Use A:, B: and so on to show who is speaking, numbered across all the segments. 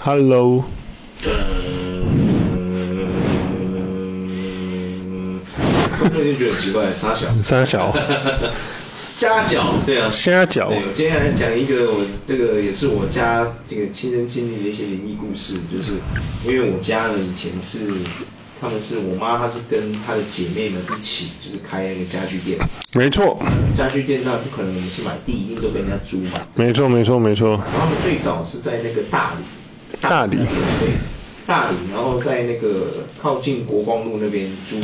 A: Hello，
B: 呃，那就觉得很奇怪，傻小，
A: 三小，
B: 虾饺，对啊，
A: 虾饺
B: 对，我今天来讲一个我这个也是我家这个亲身经历的一些灵异故事，就是因为我家呢以前是，他们是我妈，她是跟她的姐妹们一起就是开那个家具店，
A: 没错，
B: 家具店那不可能我们去买地，一定都跟人家租嘛，
A: 没错，没错，没错，
B: 然后最早是在那个大理，
A: 大理
B: 对，大理，然后在那个靠近国光路那边租，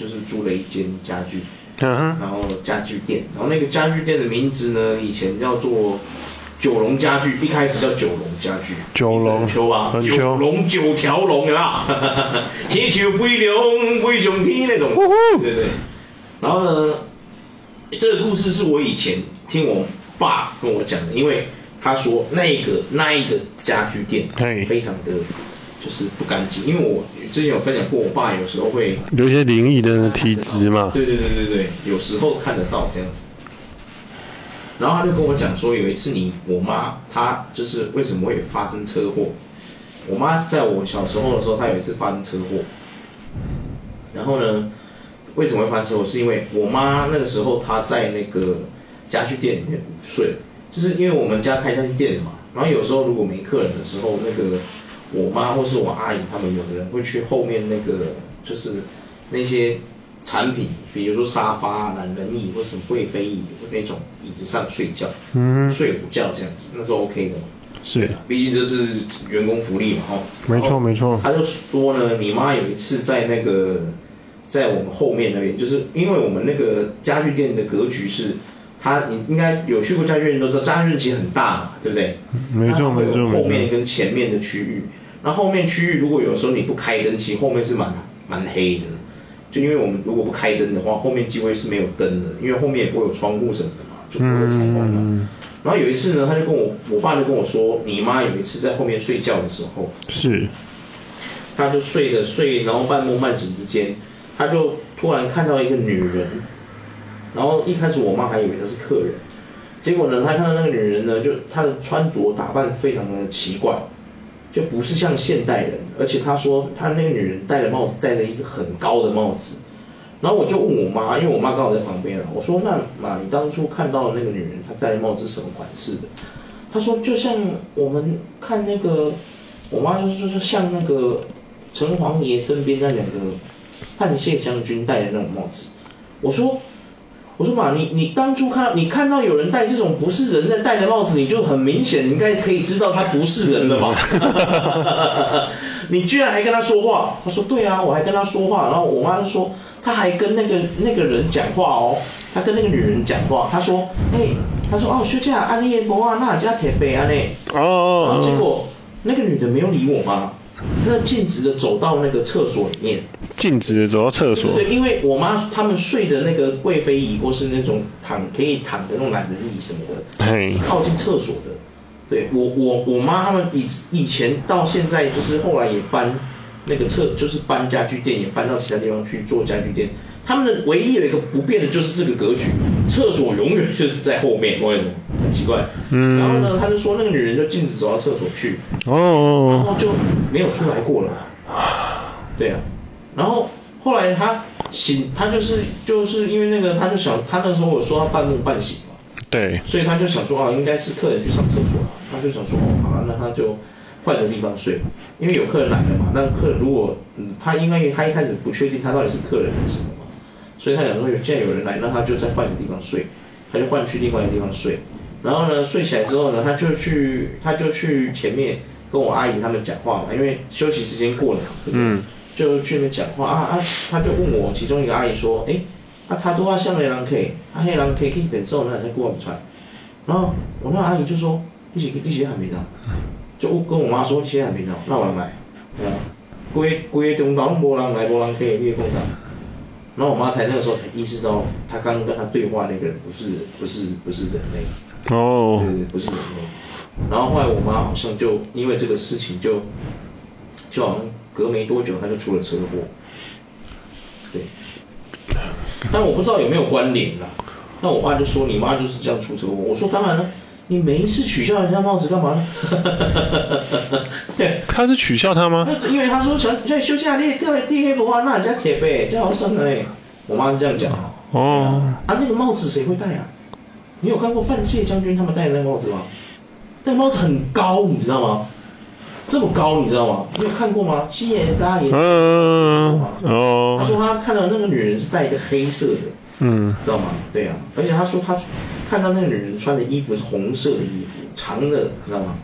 B: 就是租了一间家具，
A: 嗯
B: 然
A: 哼，
B: 后家具店，然后那个家具店的名字呢，以前叫做九龙家具，一开始叫九龙家具，
A: 九龙
B: 很秋啊，
A: 很秋
B: 九龙九条龙啊， 铁球归龙归雄踢那种，
A: 呼呼
B: 对对对，然后呢，这个故事是我以前听我爸跟我讲的，因为他说那个那一个家具店
A: 嘿
B: 非常的就是不干净，因为我之前有分享过，我爸有时候会
A: 有一些灵异的体质嘛，
B: 对对对对对，有时候看得到这样子。然后他就跟我讲说，有一次你我妈她就是为什么会发生车祸？我妈在我小时候的时候，她有一次发生车祸。然后呢，为什么会发生车祸？是因为我妈那个时候她在那个家具店里面午睡，就是因为我们家开家具店的嘛。然后有时候如果没客人的时候，那个我妈或是我阿姨他们有的人会去后面那个就是那些产品，比如说沙发、啊懒人椅或什么贵妃椅那种椅子上睡觉，
A: 嗯
B: 睡午觉这样子，那是 OK 的嘛。
A: 是
B: 毕竟这是员工福利嘛，哈。
A: 没错
B: 然后
A: 没错
B: 他就说呢，你妈有一次在那个，在我们后面那边，就是因为我们那个家具店的格局是，它你应该有去过家具店都知道，家具店其实很大嘛，对不对？
A: 没错
B: 它会有
A: 没错
B: 后
A: 没
B: 面
A: 错
B: 跟前面的区域，那后面区域如果有时候你不开灯，其实后面是蛮蛮黑的。就因为我们如果不开灯的话，后面几乎是没有灯的，因为后面也不会有窗户什么的嘛，就不会有采光嘛。
A: 嗯
B: 然后有一次呢，他就跟我我爸就跟我说，你妈有一次在后面睡觉的时候，
A: 是，
B: 她就睡着睡，然后半梦半醒之间，她就突然看到一个女人，然后一开始我妈还以为她是客人，结果呢，她看到那个女人呢，就她的穿着打扮非常的奇怪，就不是像现代人，而且她说她那个女人戴的帽子戴了一个很高的帽子，然后我就问我妈，因为我妈刚好在旁边啊，我说那妈，你当初看到的那个女人她戴的帽子是什么款式的？她说就像我们看那个，我妈就说就像那个城隍爷身边那两个范谢将军戴的那种帽子。我说我说妈，你你当初看到你看到有人戴这种不是人在戴的帽子，你就很明显你应该可以知道他不是人了吧？ 你居然还跟他说话？他说对啊，我还跟他说话。然后我妈就说，他还跟那个那个人讲话哦，他跟那个女人讲话。他说，哎、他说哦，学姐，啊，你也不啊，那家铁杯啊嘞。
A: 哦
B: 然
A: 哦哦
B: 后结果那个女的没有理我妈，那径直的走到那个厕所里面。
A: 禁止的走到厕所
B: 对，对，因为我妈他们睡的那个贵妃椅或是那种躺可以躺的那种懒人椅什么的，
A: 嘿
B: 是靠近厕所的。对我我我妈他们以以前到现在就是后来也搬那个厕就是搬家具店也搬到其他地方去做家具店，他们的唯一有一个不变的就是这个格局，厕所永远就是在后面，我也很奇怪。
A: 嗯
B: 然后呢，他就说那个女人就径直走到厕所去，
A: 哦哦
B: 然后
A: 哦，
B: 就没有出来过了。对啊，然后后来他醒，他就是就是因为那个，他就想，他那时候我说他半梦半醒嘛，
A: 对，
B: 所以他就想说啊，应该是客人去上厕所了，他就想说哦，好、啊，那他就换个地方睡，因为有客人来了嘛，那客人如果嗯，他因为他一开始不确定他到底是客人还是什么嘛，所以他想说有既然有人来，那他就再换个地方睡，他就换去另外一个地方睡，然后呢睡起来之后呢，他就去他就去前面跟我阿姨他们讲话嘛，因为休息时间过了嘛，对不对？
A: 嗯
B: 就去那边讲话啊啊，他就问我其中一个阿姨说，诶，啊他都要向黑狼 K，啊黑狼 K 去本寿那才过不出来，然后我那阿姨就说，你是你是还没到，啊就我跟我妈说你现在还没到，那我人来，对啊，规规个中岛拢无人来，无人客，你会讲啥？然后我妈才那个时候才意识到，她刚刚跟她对话那个人不是不是不是人类。
A: 哦
B: 对对，不是人类。然后后来我妈好像就因为这个事情就，就好像隔没多久她就出了车祸。对，但我不知道有没有关联啦。那我爸就说你妈就是这样出车祸，我说当然了，你每一次取笑人家帽子干嘛呢？ 对
A: 他是取笑他吗？
B: 那因为他说想在休假你个地黑不话，那人家铁背，这好伤人哎。我妈是这样讲啊。
A: 哦
B: 啊，那个帽子谁会戴啊？你有看过范谢将军他们戴的那个帽子吗？那个帽子很高，你知道吗？这么高，你知道吗？你有看过吗？星爷大家也
A: 嗯嗯嗯哦
B: 他说他看到那个女人是戴一个黑色的，
A: 嗯
B: 知道吗？对啊，而且他说他看到那个女人穿的衣服是红色的衣服，长的，你知道吗？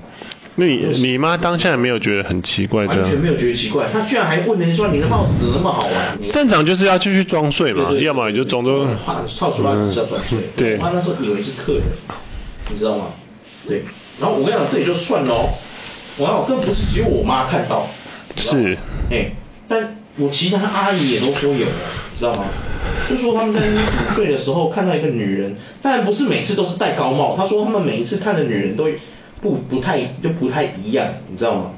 A: 那你你妈当下没有觉得很奇怪这
B: 完全没
A: 样？
B: 有觉得奇怪，他居然还问人说你的帽子怎么那么好玩？你
A: 正常就是要继续装睡嘛，
B: 对对嗯
A: 要么你就装作嗯
B: 怕套出来就是要转水。
A: 对
B: 我妈那时候以为是客人，你知道吗？对，然后我跟你讲，这也就算了哦，我要更不是只有我妈看到，你知道吗
A: 是
B: 哎、但我其他阿姨也都说有，你知道吗？就说他们在那边午睡的时候 看到一个女人，但不是每次都是戴高帽，她说他们每一次看的女人都不不太就不太一样，你知道吗？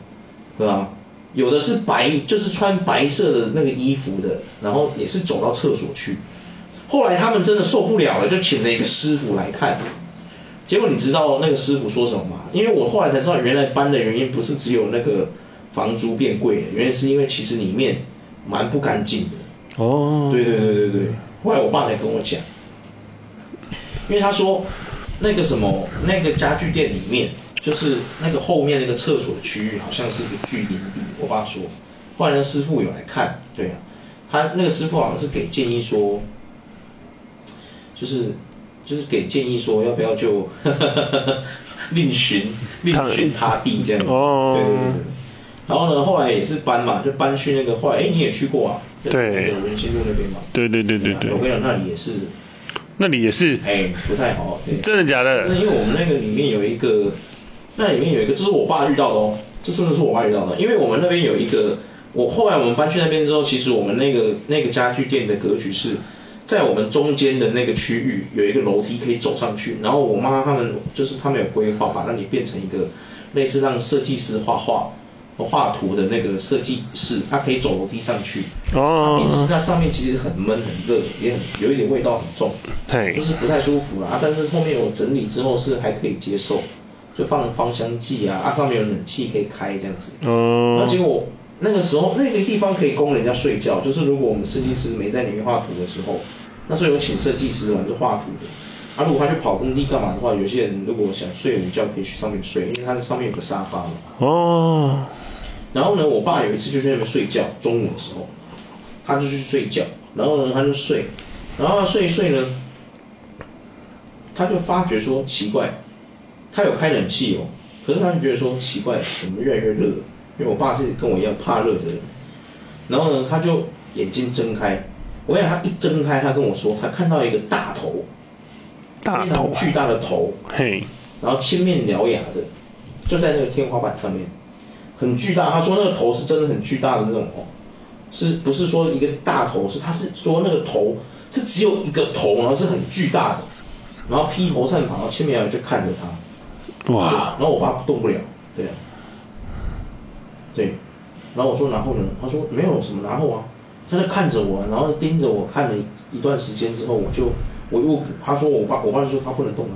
B: 对吧？有的是白，就是穿白色的那个衣服的，然后也是走到厕所去。后来他们真的受不了了，就请了一个师傅来看。结果你知道那个师傅说什么吗？因为我后来才知道，原来搬的原因不是只有那个房租变贵了，原来是因为其实里面蛮不干净的。
A: 哦，
B: 对对对对对，后来我爸才跟我讲，因为他说那个什么那个家具店里面，就是那个后面那个厕所区域好像是一个聚阴地，我爸说，后来那师傅有来看，对啊，他那个师傅好像是给建议说，就是就是给建议说要不要就 另寻另寻他地这样子，
A: 哦
B: 对对对对。然后呢，后来也是搬嘛，就搬去那个后来，哎，你也去过啊？
A: 对
B: 那个文心路那边嘛。
A: 对对对对对
B: 我跟你讲，那里也是，
A: 那里也是，
B: 哎，不太好。对
A: 真的假的
B: 那因为我们那个里面有一个，那里面有一个，这是我爸遇到的哦，这真的是我爸遇到的，因为我们那边有一个，我后来我们搬去那边之后，其实我们那个那个家具店的格局是。在我们中间的那个区域有一个楼梯可以走上去，然后我妈他们就是他们有规划把那里变成一个类似让设计师画画画图的那个设计室，它可以走楼梯上去。
A: 哦
B: 平时那上面其实很闷很热，也很有一点味道很重，
A: 嘿
B: 就是不太舒服啦、啊。但是后面我整理之后是还可以接受，就放芳香剂啊，啊上面有冷气可以开这样子。
A: 哦
B: 然后结果那个时候那个地方可以供人家睡觉，就是如果我们设计师没在里面画图的时候，那时候有请设计师嘛，就画图的。啊，如果他去跑工地干嘛的话，有些人如果想睡午觉可以去上面睡，因为它上面有个沙发嘛。
A: 哦，
B: 然后呢，我爸有一次就去那边睡觉，中午的时候，他就去睡觉，然后呢，他就睡，然后他睡一睡呢，他就发觉说奇怪，他有开冷气哦，可是他就觉得说奇怪，怎么越来越热？因为我爸是跟我一样怕热的人，然后呢，他就眼睛睁开，我想他一睁开，他跟我说，他看到一个大头，
A: 大
B: 非常
A: 头
B: 巨大的头，
A: 嘿，
B: 然后青面獠牙的，就在那个天花板上面，很巨大。他说那个头是真的很巨大的那种哦，是不是说一个大头？是他是说那个头是只有一个头，然后是很巨大的，然后披头散发，然后青面獠牙就看着他，对
A: 哇
B: 然，后我爸动不了，对啊，对，然后我说然后呢？他说没有什么然后啊，他就看着我，然后盯着我看了一一段时间之后，我就我又他说我爸我爸就说他不能动了、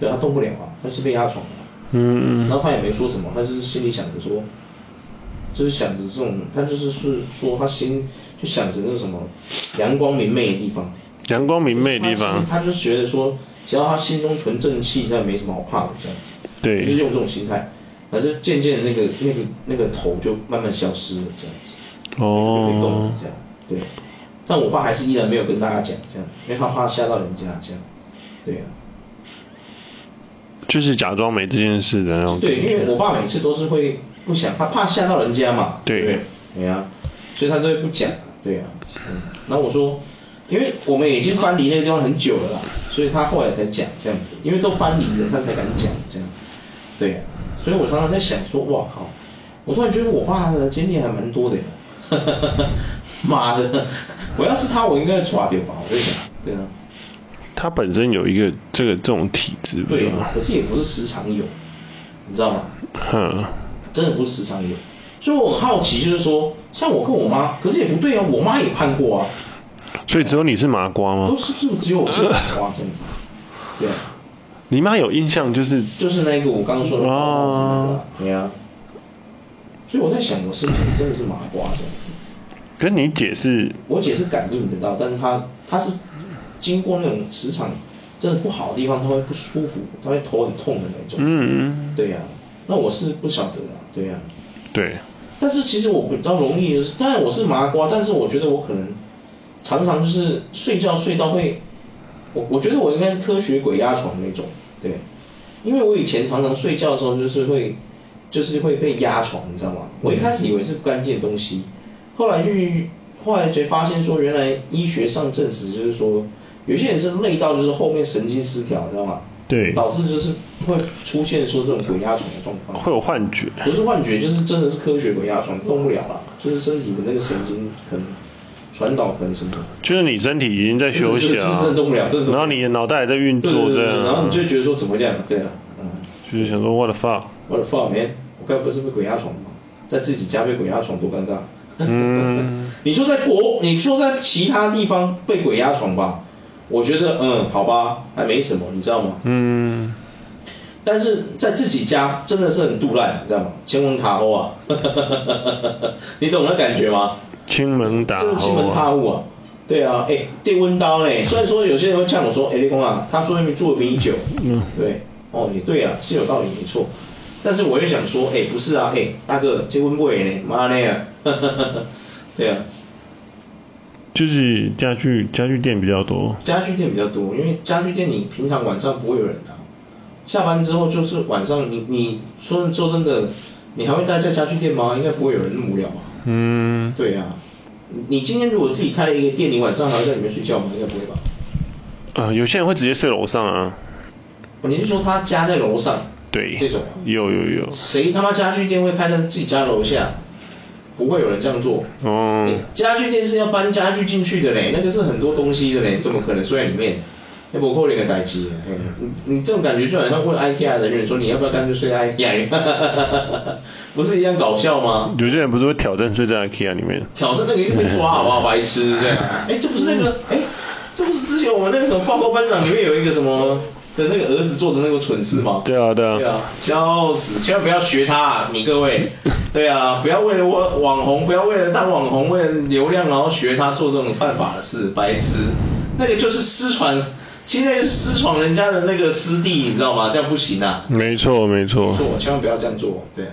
B: 对他动不了啊，他是被压床了、
A: 嗯
B: 然后
A: 嗯，
B: 他也没说什么，他就是心里想着说，就是想着这种，他就是是说他心就想着那个什么阳光明媚的地方，
A: 阳光明媚的地方，
B: 他就觉得说，只要他心中存正气，那没什么好怕的这样。
A: 对
B: 就是用这种心态，然后就渐渐的那个那个那个头就慢慢消失了这样子。
A: 哦
B: 就被动了这样，对。但我爸还是依然没有跟大家讲这样，因为他怕吓到人家这样，对啊。
A: 就是假装没这件事的那种感
B: 对，
A: 觉。
B: 因为我爸每次都是会不想，他怕吓到人家嘛。
A: 对
B: 不对呀、所以他都会不讲啊，对啊。嗯，然后我说，因为我们已经搬离那个地方很久了啦，所以他后来才讲这样子，因为都搬离了，他才敢讲这样。对呀、所以我常常在想说，哇靠，我突然觉得我爸的经历还蛮多的呀。 妈的，我要是他，我应该抓掉吧，我跟你讲，对啊。
A: 他本身有一个这个这种体质，
B: 对啊
A: 吧，
B: 可是也不是时常有，你知道吗？
A: 哼，
B: 真的不是时常有。所以我很好奇，就是说，像我跟我妈，可是也不对啊，我妈也判过啊，
A: 所以只有你是麻瓜吗
B: 都？是不是只有我是麻瓜这样子？对啊，
A: 你妈有印象就是
B: 就是那个我刚刚说的
A: 哦
B: 帽子那个啊对啊。所以我在想，我是不是真的是麻瓜这样子？
A: 可是你姐是
B: 我姐是感应得到，但是她她是经过那种磁场真的不好的地方，她会不舒服，她会头很痛的那种。
A: 嗯嗯
B: 对呀、那我是不晓得啊，对呀、
A: 对，
B: 但是其实我比较容易，当然我是麻瓜，但是我觉得我可能常常就是睡觉睡到会，我我觉得我应该是科学鬼压床那种，对，因为我以前常常睡觉的时候就是会就是会被压床，你知道吗？我一开始以为是不干净的东西，后来去后来才发现说，原来医学上证实就是说，有些人是累到就是后面神经失调，你知道吗？
A: 对
B: 导致就是会出现说这种鬼压床的状况，
A: 会有幻觉
B: 不是幻觉，就是真的是科学鬼压床，动不了了，就是身体的那个神经可能传导可能什么，
A: 就是你身体已经在休息了、
B: 就是就是真的动不了真的动不了
A: 然后你的脑袋也在运
B: 对
A: 作
B: 对对
A: 这
B: 对，
A: 样啊，
B: 然后你就会觉得说怎么这样，对啊，嗯
A: 就是想说 what the fuck，
B: 我的 fuck man，我该不是被鬼压床吧？在自己家被鬼压床多尴尬。
A: 嗯
B: 你说在国，你说在其他地方被鬼压床吧，我觉得嗯好吧，还没什么，你知道吗？
A: 嗯，
B: 但是在自己家真的是很肚烂，你知道吗？前门卡后啊， 你懂那感觉吗？
A: 亲门打
B: 就是亲门
A: 后
B: 踏
A: 啊，
B: 户啊。对啊，哎、这温刀嘞，虽然说有些人会呛我说，哎、立功啊，他说明住的比你久，
A: 嗯
B: 对，哦，也对啊，是有道理，没错。但是我又想说，哎、不是啊，哎、大哥，这温贵呢，妈呢啊， 对啊，
A: 就是家具家具店比较多，
B: 家具店比较多，因为家具店你平常晚上不会有人啊，下班之后就是晚上你，你说说真的，你还会待在家具店吗？应该不会有人那么无聊吧？
A: 嗯，
B: 对啊，你你今天如果自己开了一个店，你晚上还会在里面睡觉吗？应该不会吧？
A: 呃，有些人会直接睡楼上啊，
B: 哦你是说他家在楼上？
A: 对，
B: 这种啊
A: 有有有，
B: 谁他妈家具店会开在自己家楼下？不会有人这样做。
A: 哦
B: 欸家具店是要搬家具进去的嘞，那个是很多东西的嘞，怎么可能睡在里面？那不扣脸的代机，哎、你你这种感觉就好像问 IKEA 人员说你要不要干脆睡在 IKEA，不 是一样搞笑吗？
A: 有些人不是会挑战睡在 IKEA 里面，
B: 挑战那个一定被抓，好不好？白痴这样。 哎、这不是那个，哎、这不是之前我们那个什么报告班长里面有一个什么的那个儿子做的那个蠢事吗？
A: 对啊对啊
B: 对啊，笑死！千万不要学他、啊，你各位。对啊，不要为了网网红，不要为了当网红，为了流量，然后学他做这种犯法的事，白痴。那个就是私传，现在就是私闯人家的那个私地，你知道吗？这样不行啊。
A: 没错没错，
B: 错，千万不要这样做。对、啊。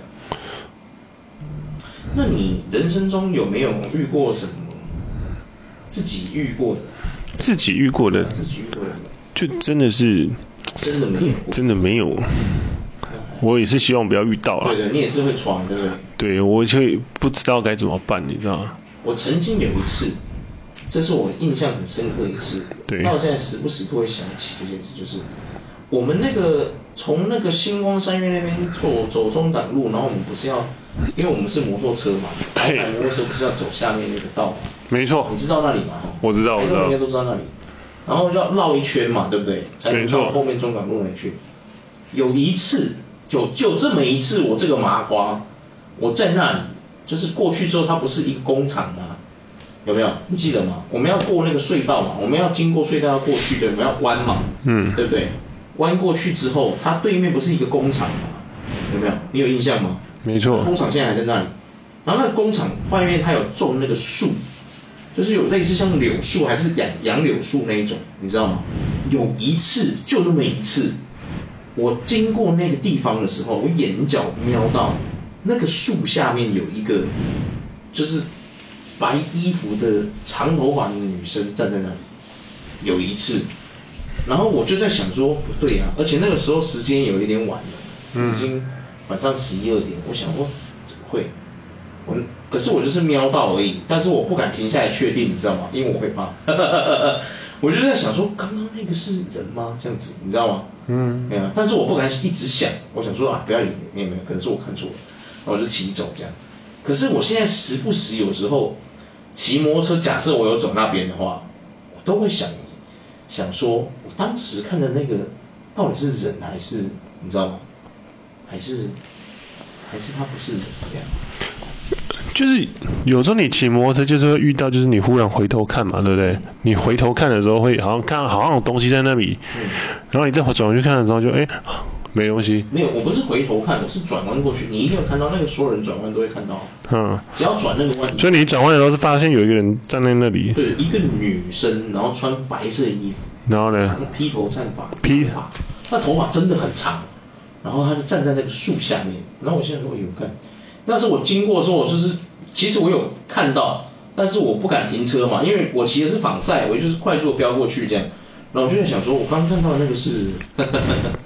B: 那你人生中有没有遇过什么自己遇过的？
A: 自己遇过的
B: 自己遇过的，
A: 就真的是
B: 真的没有过。
A: 真的没有，我也是希望不要遇到啊
B: 对，对，你也是会闯，对不对？
A: 对我就不知道该怎么办，你知道吗？
B: 我曾经有一次，这是我印象很深刻的一次，
A: 对
B: 到现在时不时都会想起这件事，就是我们那个从那个星光三月那边坐走中港路，然后我们不是要，因为我们是摩托车嘛，然后
A: 嘿
B: 买摩托车不是要走下面那个道吗？
A: 没错
B: 你知道那里吗？
A: 我知道
B: 台中
A: 我知道
B: 应该都知道那里，然后要绕一圈嘛，对不对？才能
A: 没错
B: 到后面中港路那里去。有一次，就就这么一次，我这个麻瓜，我在那里，就是过去之后，它不是一个工厂吗？有没有？你记得吗？我们要过那个隧道嘛，我们要经过隧道要过去，对，我们要弯嘛，
A: 嗯
B: 对不对？弯过去之后，它对面不是一个工厂吗？有没有？你有印象吗？
A: 没错
B: 工厂现在还在那里，然后那个工厂外面它有种那个树，就是有类似像柳树还是杨杨柳树那一种，你知道吗？有一次就那么一次，我经过那个地方的时候，我眼角瞄到那个树下面有一个就是白衣服的长头发的女生站在那里。有一次，然后我就在想说不对啊，而且那个时候时间有一点晚了，
A: 嗯
B: 已经晚上十一二点，我想说怎么会？我可是我就是瞄到而已，但是我不敢停下来确定，你知道吗？因为我会怕。 我就在想说，刚刚那个是人吗？这样子，你知道吗？
A: 嗯
B: 对啊，但是我不敢一直想，我想说啊，不要理你，没有，可能是我看错了，然后我就骑走这样。可是我现在时不时有时候骑摩托车，假设我有走那边的话，我都会想想说，我当时看的那个到底是人还是你知道吗？还是还是他不是人这样？
A: 就是有时候你骑摩托车就是会遇到，就是你忽然回头看嘛，对不对？你回头看的时候会好像看好像有东西在那里，
B: 嗯
A: 然后你再转回去看的时候就哎没东西，
B: 没有，我不是回头看，我是转弯过去，你一定有看到，那个所有人转弯都会看到，
A: 嗯，
B: 只要转那个弯，
A: 所以你转弯的时候是发现有一个人站在那里，
B: 对一个女生，然后穿白色衣服，
A: 然后呢
B: 长，披头散发，
A: 披
B: 头发，那头发真的很长，然后她就站在那个树下面，然后我现在说，哎呦看，但是我经过的时候，我就是其实我有看到，但是我不敢停车嘛，因为我骑的是仿赛，我就是快速地飙过去这样，然后我就在想说，我刚刚看到的那个是，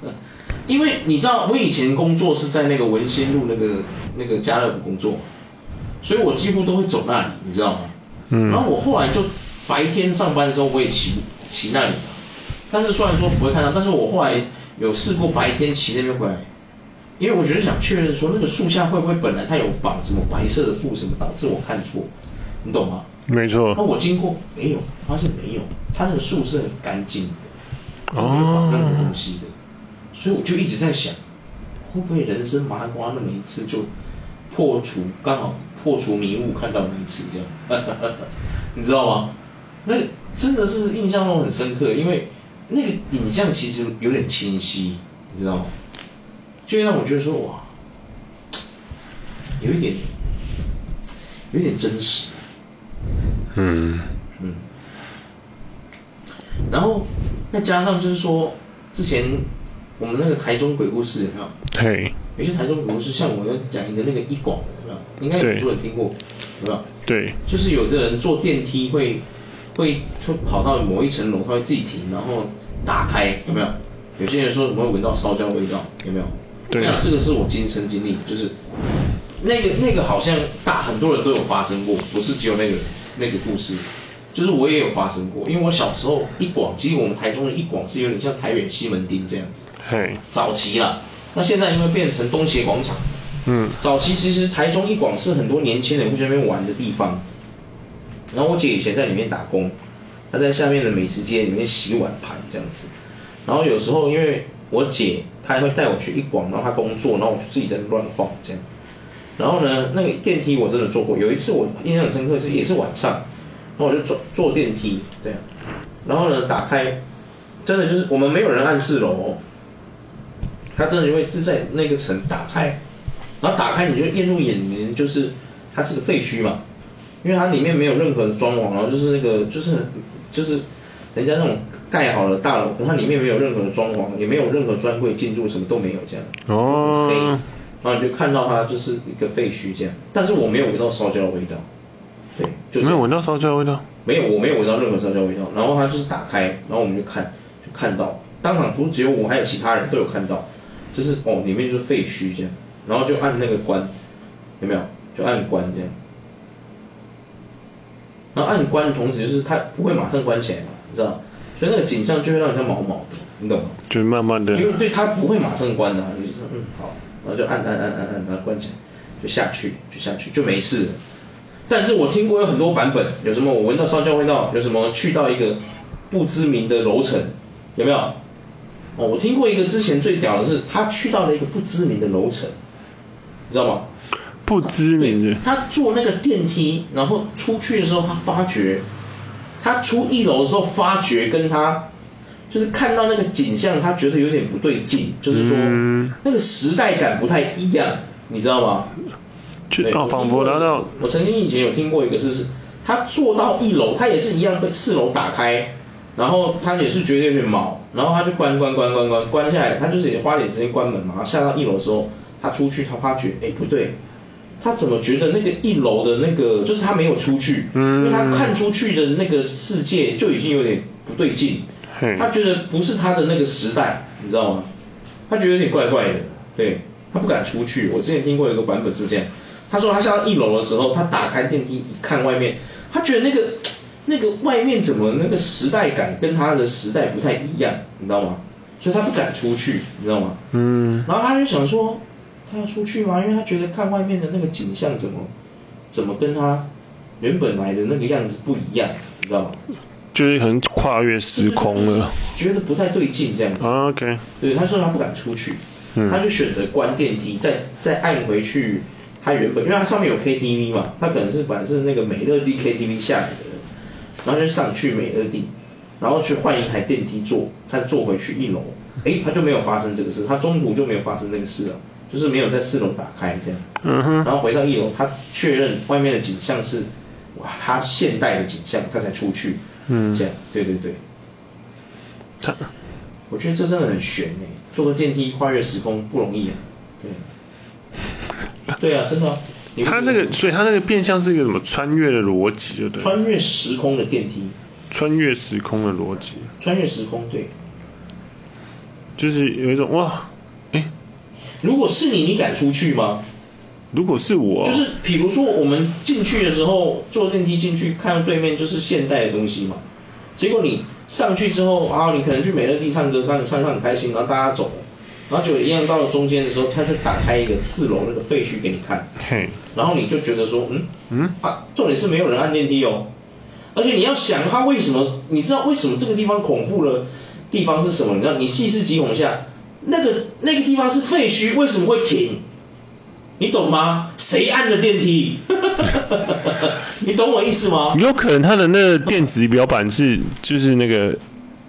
B: 因为你知道我以前工作是在那个文心路那个那个家乐福工作，所以我几乎都会走那里，你知道吗？
A: 嗯
B: 然后我后来就白天上班的时候我也骑骑那里嘛，但是虽然说不会看到，但是我后来有试过白天骑那边回来，因为我觉得想确认说那个树下会不会本来它有绑什么白色的布什么，导致我看错，你懂吗？
A: 没错
B: 那我经过没有，发现没有，它那个树是很干净的，没有
A: 哦
B: 绑任何东西的，所以我就一直在想，会不会人生麻瓜那么一次就破除刚好破除迷雾看到那一次这样， 你知道吗？那个真的是印象中很深刻，因为那个影像其实有点清晰，你知道吗？就让我觉得说哇，有一点有一点真实，
A: 嗯，
B: 嗯，然后再加上就是说，之前我们那个台中鬼故事有没有？
A: 嘿，
B: 有些台中鬼故事，像我要讲一个那个一广，有没有？应该有很多人听过，有没有？
A: 对
B: 就是有的人坐电梯会会就跑到某一层楼，他会自己停，然后打开，有没有？有些人说我会闻到烧焦味道，有没有？
A: 对
B: 那这个是我亲身经历，就是那个那个好像大很多人都有发生过，不是只有那个人那个故事，就是我也有发生过，因为我小时候一广，其实我们台中的一广是有点像台远西门町这样子，
A: 嘿，
B: 早期啦，那现在因为变成东协广场，
A: 嗯
B: 早期其实台中一广是很多年轻人会去那边玩的地方。然后我姐以前在里面打工，她在下面的美食街里面洗碗盘这样子。然后有时候因为我姐她还会带我去一广，然后她工作，然后我就自己在那乱晃这样。然后呢，那个电梯我真的坐过，有一次我印象很深刻，是也是晚上，然后我就坐坐电梯这样，然后呢打开，真的就是我们没有人按四楼、哦，它真的就会自在那个层打开，然后打开你就映入眼帘，就是它是个废墟嘛，因为它里面没有任何的装潢，然后就是那个就是就是人家那种盖好了大楼，可它里面没有任何的装潢，也没有任何专柜进驻，什么都没有这样，
A: 哦
B: 就很黑然后你就看到它就是一个废墟这样，但是我没有闻到烧焦的味道，对，就
A: 没
B: 是
A: 有闻到烧焦味道，
B: 没有，我没有闻到任何烧焦味道。然后他就是打开，然后我们就看，就看到当场不是只有我，还有其他人都有看到，就是哦，里面就是废墟这样，然后就按那个关，有没有？就按关这样。然后按关的同时，就是它不会马上关起来嘛，你知道？所以那个景象就会让人家毛毛的，你懂吗？
A: 就慢慢的
B: 因为对它不会马上关的、啊，就是说嗯好，然后就按按按按按，然后关起来，就下去就下去就没事了。但是我听过有很多版本，有什么我闻到烧焦味道，有什么去到一个不知名的楼层，有没有？哦，我听过一个之前最屌的是，他去到了一个不知名的楼层，你知道吗？
A: 不知名
B: 对
A: 的，
B: 他坐那个电梯，然后出去的时候，他发觉，他出一楼的时候发觉跟他就是看到那个景象，他觉得有点不对劲，就是说、
A: 嗯
B: 那个时代感不太一样，你知道吗？
A: 就
B: 对
A: 哦仿佛来到
B: 我曾经以前有听过一个是，是他坐到一楼，他也是一样被四楼打开，然后他也是觉得有点毛，然后他就关关关关关关下来，他就是也花点时间关门嘛。然后下到一楼的时候，他出去，他发觉哎不对，他怎么觉得那个一楼的那个就是他没有出去，
A: 嗯
B: 因为他看出去的那个世界就已经有点不对劲
A: 嘿，
B: 他觉得不是他的那个时代，你知道吗？他觉得有点怪怪的，对他不敢出去。我之前听过一个版本是这样，他说他下到一楼的时候，他打开电梯一看外面，他觉得那个那个外面怎么那个时代感跟他的时代不太一样，你知道吗？所以他不敢出去，你知道吗？
A: 嗯
B: 然后他就想说，他要出去吗？因为他觉得看外面的那个景象怎么怎么跟他原本来的那个样子不一样，你知道吗？
A: 就是很跨越时空了
B: 觉得不太对劲这样子。
A: 啊，OK，
B: 对，他说他不敢出去，
A: 嗯
B: 他就选择关电梯，再再按回去他原本因为它上面有 KTV 嘛，他可能是本来是那个美乐蒂 KTV 下来的，然后就上去美乐蒂，然后去换一台电梯坐，他坐回去一楼，诶，他就没有发生这个事，他中途就没有发生这个事了，就是没有在四楼打开这样，
A: 嗯哼
B: 然后回到一楼，他确认外面的景象是，哇，他现代的景象，他才出去，
A: 嗯
B: 这样，对对对，
A: 他
B: 我觉得这真的很悬哎、坐个电梯跨越时空不容易啊。 对，对啊，真的啊、你不
A: 他
B: 觉
A: 那
B: 得
A: 个，所以他那个变相是一个什么穿越的逻辑，对不对？
B: 穿越时空的电梯，
A: 穿越时空的逻辑，
B: 穿越时空，对。
A: 就是有一种哇，哎，
B: 如果是你，你敢出去吗？
A: 如果是我，
B: 就是比如说我们进去的时候坐电梯进去，看到对面就是现代的东西嘛。结果你上去之后，啊，你可能去美乐蒂唱歌，刚你唱唱很开心，然后大家走了，然后就一样到了中间的时候，他就打开一个四楼那个废墟给你看，
A: 嘿，
B: 然后你就觉得说，嗯
A: 嗯
B: 啊，重点是没有人按电梯哦，而且你要想他为什么，你知道为什么这个地方恐怖的地方是什么？你知道，你细思极恐一下，那个那个地方是废墟，为什么会停？你懂吗？谁按的电 梯？你懂我意思吗？
A: 有可能他的那个电子仪表板是就是那个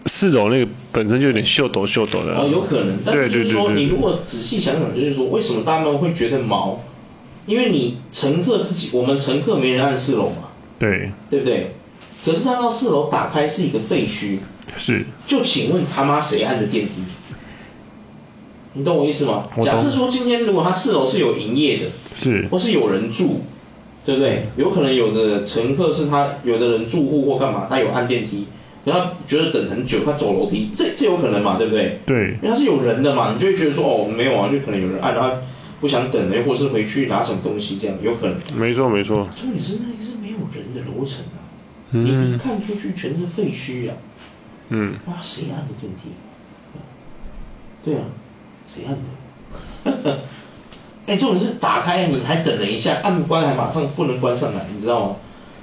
A: 四楼那个本身就有点秀抖秀抖的啊、
B: 哦，有可能，但
A: 对
B: 是就
A: 对
B: 是
A: 对
B: 说，
A: 对，
B: 你如果仔细想想，就是说，为什么他们会觉得毛？因为你乘客自己，我们乘客没人按四楼嘛，
A: 对
B: 对不对？可是他到四楼打开是一个废墟，
A: 是
B: 就请问他妈谁按的电梯？你懂我意思吗
A: 我？懂
B: 假设说今天如果他四楼是有营业的，
A: 是
B: 或是有人住，对不对？有可能有的乘客是他，有的人住户或干嘛，他有按电梯，可他觉得等很久，他走楼梯，这这有可能嘛，对不对？
A: 对
B: 因为他是有人的嘛，你就会觉得说哦没有啊，就可能有人按他不想等哎了，或者是回去拿什么东西这样，有可能。
A: 没错没错，
B: 重点是那个是没有人的楼层啊，
A: 嗯
B: 你一看出去全是废墟啊，
A: 嗯，
B: 哇，谁按的电梯？对啊，谁按的？ 哎、重点是打开你还等了一下，按关还马上不能关上来，你知道吗？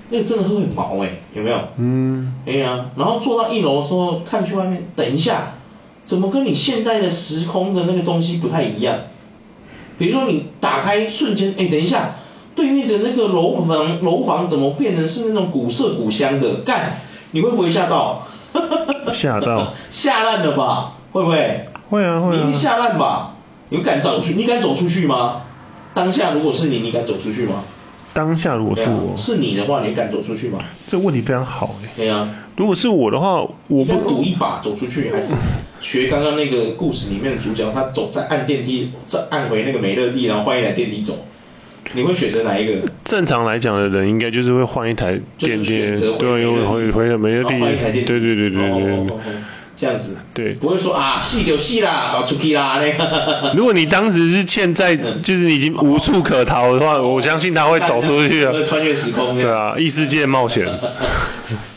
B: 那个真的会很毛哎、有没有？
A: 嗯
B: 哎呀，然后坐到一楼的时候，看去外面，等一下，怎么跟你现在的时空的那个东西不太一样？比如说你打开瞬间，哎，等一下，对面的那个楼房楼房怎么变成是那种古色古香的？干，你会不会吓到？
A: 吓到
B: 吓烂了吧？会不会？
A: 会啊会啊
B: 你一定吓烂吧？你敢走出？你敢走出去吗？当下如果是你，你敢走出去吗？
A: 当下如果是
B: 对啊
A: 我，
B: 是你的话，你敢走出去吗？
A: 这问题非常好哎、
B: 对呀、啊
A: 如果是我的话，我
B: 你要
A: 不
B: 赌一把走出去，还是学刚刚那个故事里面的主角，他走在按电梯，再按回那个美乐蒂，然后换一台电梯走，你会选择哪一个？
A: 正常来讲的人应该就是会换一台电梯
B: 就是选择，
A: 对，
B: 美乐
A: 有
B: 蒂
A: 回回美乐蒂
B: 然后换一台，电梯
A: 对对对对
B: 哦
A: 对
B: 哦哦
A: 对
B: 哦。哦这样子，
A: 对
B: 不会说啊，戏就戏啦，我出去啦那 个。
A: 如果你当时是欠债，就是你已经无处可逃的话，我相信他会走出去
B: 会
A: 的。
B: 穿越时空
A: 对啊，异世界冒 险。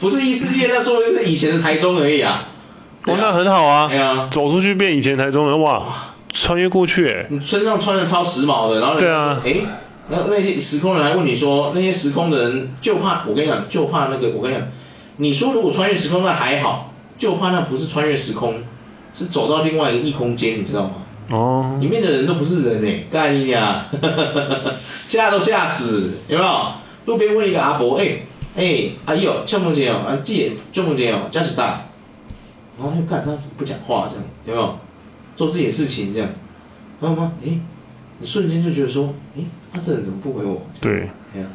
B: 不是异世界，那说的是以前的台中而已啊。对
A: 哦，
B: 啊
A: 那很好啊，
B: 对啊，
A: 走出去变以前台中人，哇，穿越过去、欸，
B: 你身上穿的超时髦的，然后人
A: 对啊
B: 哎，那那些时空人来问你说，那些时空的人就怕，我跟你讲，就怕那个，我跟你讲，你说如果穿越时空那还好，就怕那不是穿越时空，是走到另外一个异空间，你知道吗？
A: 哦
B: 里，面的人都不是人哎、干你呀，吓都吓死，有没有？路边问一个阿伯，哎、哎、阿姨哦，郑梦姐哦，啊姐，郑梦姐哦，加十大，然后他就看他不讲话这样，有没有？做自己的事情这样，然后吗？哎、你瞬间就觉得说，哎、他这人怎么不回我？
A: 对，
B: 哎呀，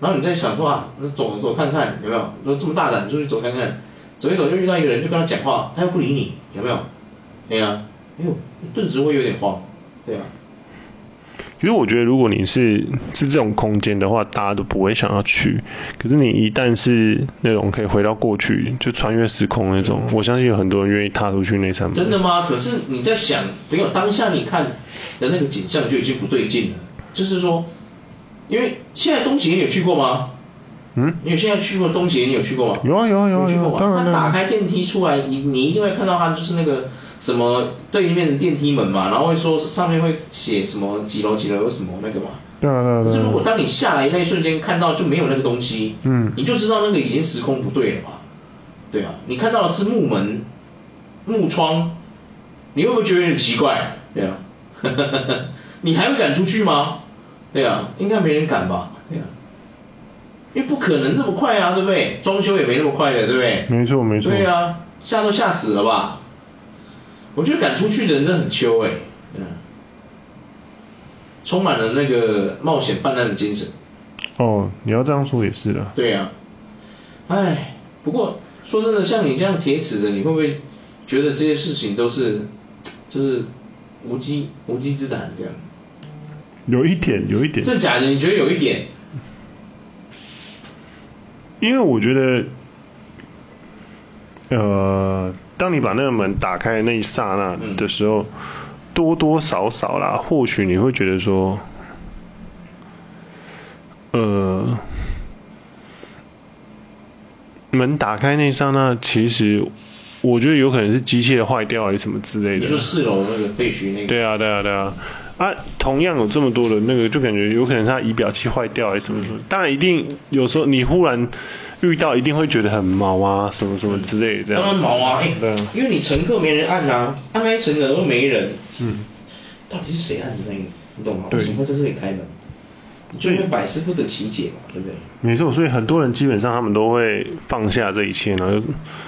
B: 然后你再想说啊，那走走看看有没有？说这么大胆出去走看看，走一走就遇到一个人，就跟他讲话，他又不理你，有没有？哎呀，哎呦，你顿时会有点慌，对吧？啊
A: 其实我觉得，如果你是是这种空间的话，大家都不会想要去。可是你一旦是那种可以回到过去，就穿越时空那种，我相信有很多人愿意踏出去那扇门。
B: 嗯真的？吗？可是你在想，没有当下你看的那个景象就已经不对劲了，就是说，因为现在东京你有去过吗？
A: 嗯，
B: 你有现在去过东京，你有去过吗？
A: 有啊有啊有啊
B: 你去过
A: 有
B: 吗
A: 啊当然
B: 他
A: 当然
B: 打开电梯出来，你你一定会看到他就是那个什么对面的电梯门嘛，然后会说上面会写什么几楼几楼有什么那个嘛。
A: 对啊对啊
B: 可
A: 对
B: 是
A: 啊
B: 如果当你下来那一瞬间看到就没有那个东西，
A: 嗯
B: 你就知道那个已经时空不对了嘛，对啊，你看到的是木门、木窗， 你会不会觉得有点奇怪？对啊，你还会敢出去吗？对啊，应该没人敢吧？对啊，因为不可能这么快啊，对不对？装修也没那么快的，对不对？
A: 没错没错
B: 对啊，吓都吓死了吧？我觉得赶出去的人真的很秋哎、嗯，充满了那个冒险泛滥的精神。
A: 哦，你要这样说也是的。
B: 对啊，哎，不过说真的，像你这样铁齿的，你会不会觉得这些事情都是就是无稽无稽之谈这样？
A: 有一点，有一点。
B: 这假的？你觉得有一点？
A: 因为我觉得，呃，当你把那个门打开的那一刹那
B: 嗯
A: 的时候，多多少少啦，或许你会觉得说，呃，门打开那一刹那，其实我觉得有可能是机械坏掉还是什么之类的。
B: 你说四楼那个废墟那个？
A: 啊对啊，对啊，对啊。啊，同样有这么多的那个，就感觉有可能他仪表器坏掉还是什么什么。当然，一定有时候你忽然遇到，一定会觉得很毛啊，什么什么之类的。这样
B: 当然毛啊，哎
A: 对啊，
B: 因为你乘客没人按啊，按那一层的都没人，
A: 嗯，
B: 到底是谁按的那个？你懂吗？
A: 对
B: 为什么会在这里开门？你就因为百思不得其解嘛，对不对？
A: 没错。所以很多人基本上他们都会放下这一切，然后就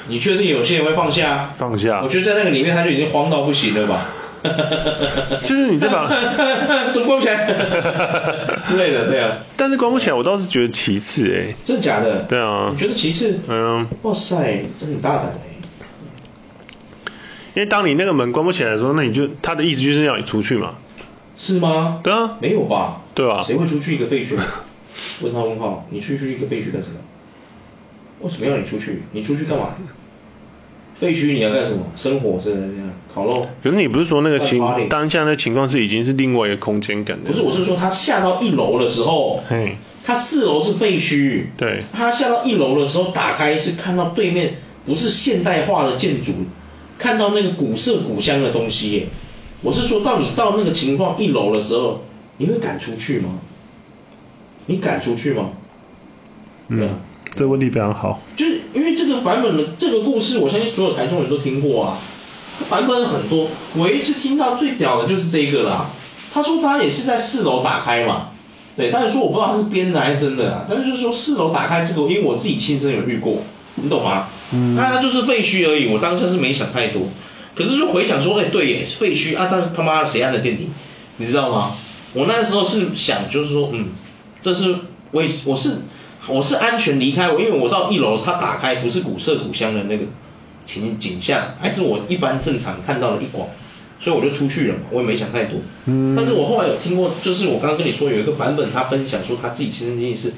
B: 你确定有些人会放下啊？
A: 放下
B: 我觉得在那个里面他就已经慌到不行了吧？
A: 就是你这把
B: 怎么关不 起来之类的，对啊，
A: 但是关不起来，我倒是觉得其次哎、
B: 真的假的？
A: 对啊
B: 你觉得其次？
A: 嗯
B: 哇塞，真的很大胆哎。
A: 因为当你那个门关不起来的时候，那你就他的意思就是要你出去嘛。
B: 是吗？
A: 对啊
B: 没有吧？
A: 对吧
B: 谁会出去一个废墟？ 问号问号，你出去一个废墟干什么？为什么要你出去？你出去干嘛？废墟你要干什么？生火是不是这样？烤肉？
A: 可是你不是说那个情
B: 办 party
A: 当下那情况是已经是另外一个空间感的？
B: 不是，我是说他下到一楼的时候
A: 嘿，
B: 他四楼是废墟，
A: 对
B: 他下到一楼的时候打开是看到对面不是现代化的建筑，看到那个古色古香的东西耶。我是说到你到那个情况一楼的时候，你会敢出去吗？你敢出去吗？对啊
A: 嗯，这问题非常好。
B: 就是因为这个版本的这个故事，我相信所有台中人都听过啊，版本很多。我一直听到最屌的就是这个啦。他说他也是在四楼打开嘛，对，但是说我不知道是编的还是真的啊，但是就是说四楼打开这个，因为我自己亲身有遇过，你懂吗？
A: 嗯
B: 那它啊就是废墟而已，我当下是没想太多，可是就回想说，哎、对耶，废墟啊，但他妈的谁按的电梯，你知道吗？我那时候是想，就是说，嗯，这是我也我是我是安全离开，我因为我到一楼，它打开不是古色古香的那个情景象，还是我一般正常看到的一广，所以我就出去了嘛，我也没想太多。
A: 嗯
B: 但是我后来有听过，就是我刚刚跟你说有一个版本，他分享说他自己亲身经历是，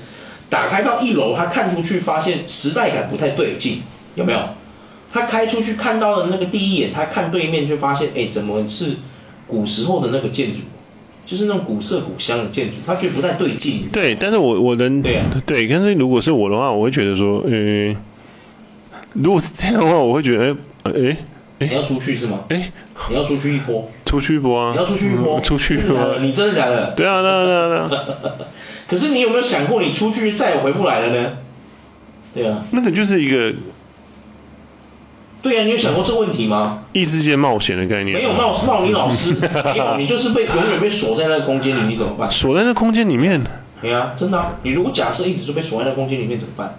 B: 打开到一楼，他看出去发现时代感不太对劲，有没有？他开出去看到的那个第一眼，他看对面就发现，哎，怎么是古时候的那个建筑，就是那种古色古香的建筑，他觉得不太对劲。
A: 对，但是我我能
B: 对啊
A: 对，但是如果是我的话，我会觉得说，呃，如果是这样的话，我会觉得，哎、诶哎
B: 你要出去是吗？
A: 哎
B: 你要出去一波。
A: 出去不啊？
B: 你要出去一波，
A: 嗯出去
B: 真
A: 不
B: 的假的
A: 啊？
B: 你真的假的？
A: 对啊，对啊，对啊，对啊
B: 可是你有没有想过，你出去再也回不来了呢？对啊，
A: 那个就是一个
B: 对啊，你有想过这问题吗？
A: 异世界冒险的概念啊、
B: 没有冒冒你 老师，没有，你就是被永远被锁在那个空间里，你怎么办？
A: 锁在那空间里面，
B: 对啊，真的啊、你如果假设一直就被锁在那个空间里面怎么办？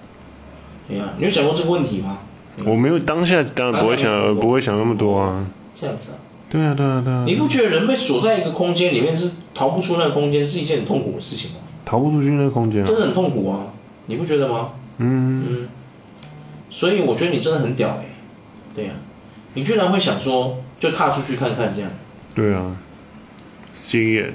B: 对啊，你有想过这个问题吗？哎
A: 我没有当下当然不会想不会想那么多啊。
B: 这样子啊，
A: 对啊，对啊，对啊。
B: 你不觉得人被锁在一个空间里面是逃不出那个空间是一件很痛苦的事情吗？
A: 逃不出去那个空间、啊？
B: 真的很痛苦啊，你不觉得吗？
A: 嗯
B: 嗯，所以我觉得你真的很屌哎、对呀、你居然会想说就踏出去看看这样，
A: 对啊。经验，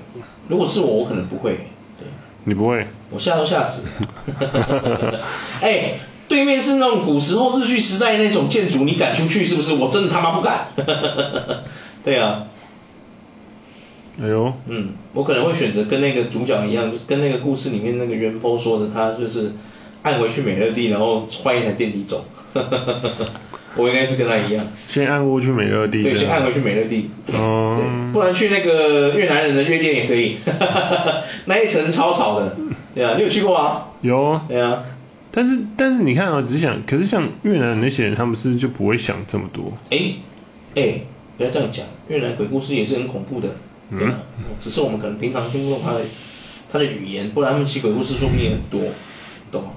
B: 如果是我，我可能不会，对，啊
A: 你不会？
B: 我吓都吓死了， 哎、对面是那种古时候日据时代那种建筑，你敢出去是不是？我真的他妈不敢， 对啊，
A: 哎呦，
B: 嗯，我可能会选择跟那个主角一样，就是跟那个故事里面那个元坡说的，他就是按回去美乐蒂，然后换一台电梯走， 我应该是跟他一样。
A: 先按过去美乐蒂。
B: 对，
A: 这
B: 先
A: 样
B: 按回去美乐蒂。
A: 啊哦
B: 对，不然去那个越南人的夜店也可以， 那一层超吵的。对啊，你有去过啊？
A: 有啊
B: 对啊，
A: 但是但是你看啊、只是想，可是像越南那些人，他们是不是就不会想这么多？
B: 哎哎，
A: 嗯
B: 不要这样讲，越南鬼故事也是很恐怖的。对啊，只是我们可能平常听不懂它的他的语言，不然他们写鬼故事说不定也很多，懂吗？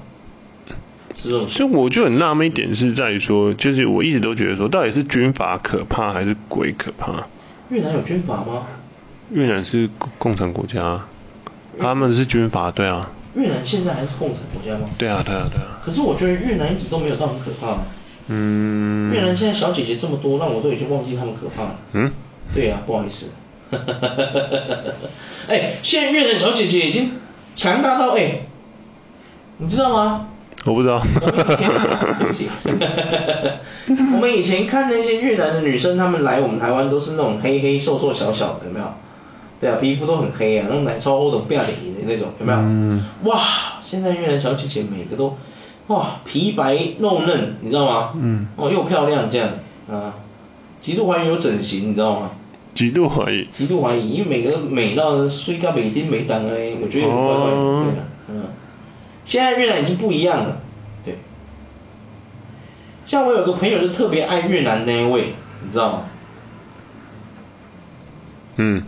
B: 是这种
A: 所以我就很纳闷一点是在于说，就是我一直都觉得说，到底是军阀可怕还是鬼可怕？
B: 越南有军阀吗？
A: 越南是共共产国家啊，他们是军阀，对啊，
B: 越南现在还是共产国家吗？
A: 对啊，对啊，对啊。
B: 可是我觉得越南一直都没有到很可怕啊。
A: 嗯。
B: 越南现在小姐姐这么多，让我都已经忘记她们可怕了。
A: 嗯。
B: 对呀、不好意思。 哎，现在越南小姐姐已经强大到哎，你知道吗？
A: 我不知 道。
B: 我们以前对不起 我们以前看那些越南的女生，她们来我们台湾都是那种黑黑瘦瘦小小的，有没有？对啊，皮肤都很黑啊，那种奶超厚的不要脸的那种，有没有？
A: 嗯
B: 哇，现在越南小姐姐每个都哇皮白肉嫩，你知道吗？
A: 嗯
B: 哦，又漂亮这样啊，极度还原有整形，你知道吗？
A: 极度怀疑。
B: 极度怀疑，因为每个美到睡到每丁每当哎，我觉得有点怪怪的，
A: 哦
B: 对啊，嗯，现在越南已经不一样了，对。像我有个朋友就特别爱越南那一位，你知道吗？
A: 嗯。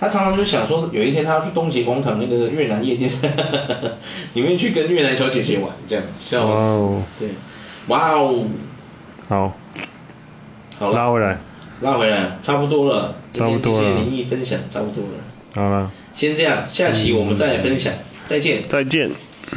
B: 他常常就想说，有一天他要去东杰广场那个越南夜店
A: 哦
B: 里面去跟越南小姐姐玩，这样笑死。
A: 哇哦
B: 对，哇哦，
A: 好。
B: 好了，
A: 拉回来。
B: 拉回来，差不多了，
A: 差不多了
B: 今天这些灵异分享差不多了，
A: 好了，
B: 先这样，下期我们再来分享，再见。
A: 再见。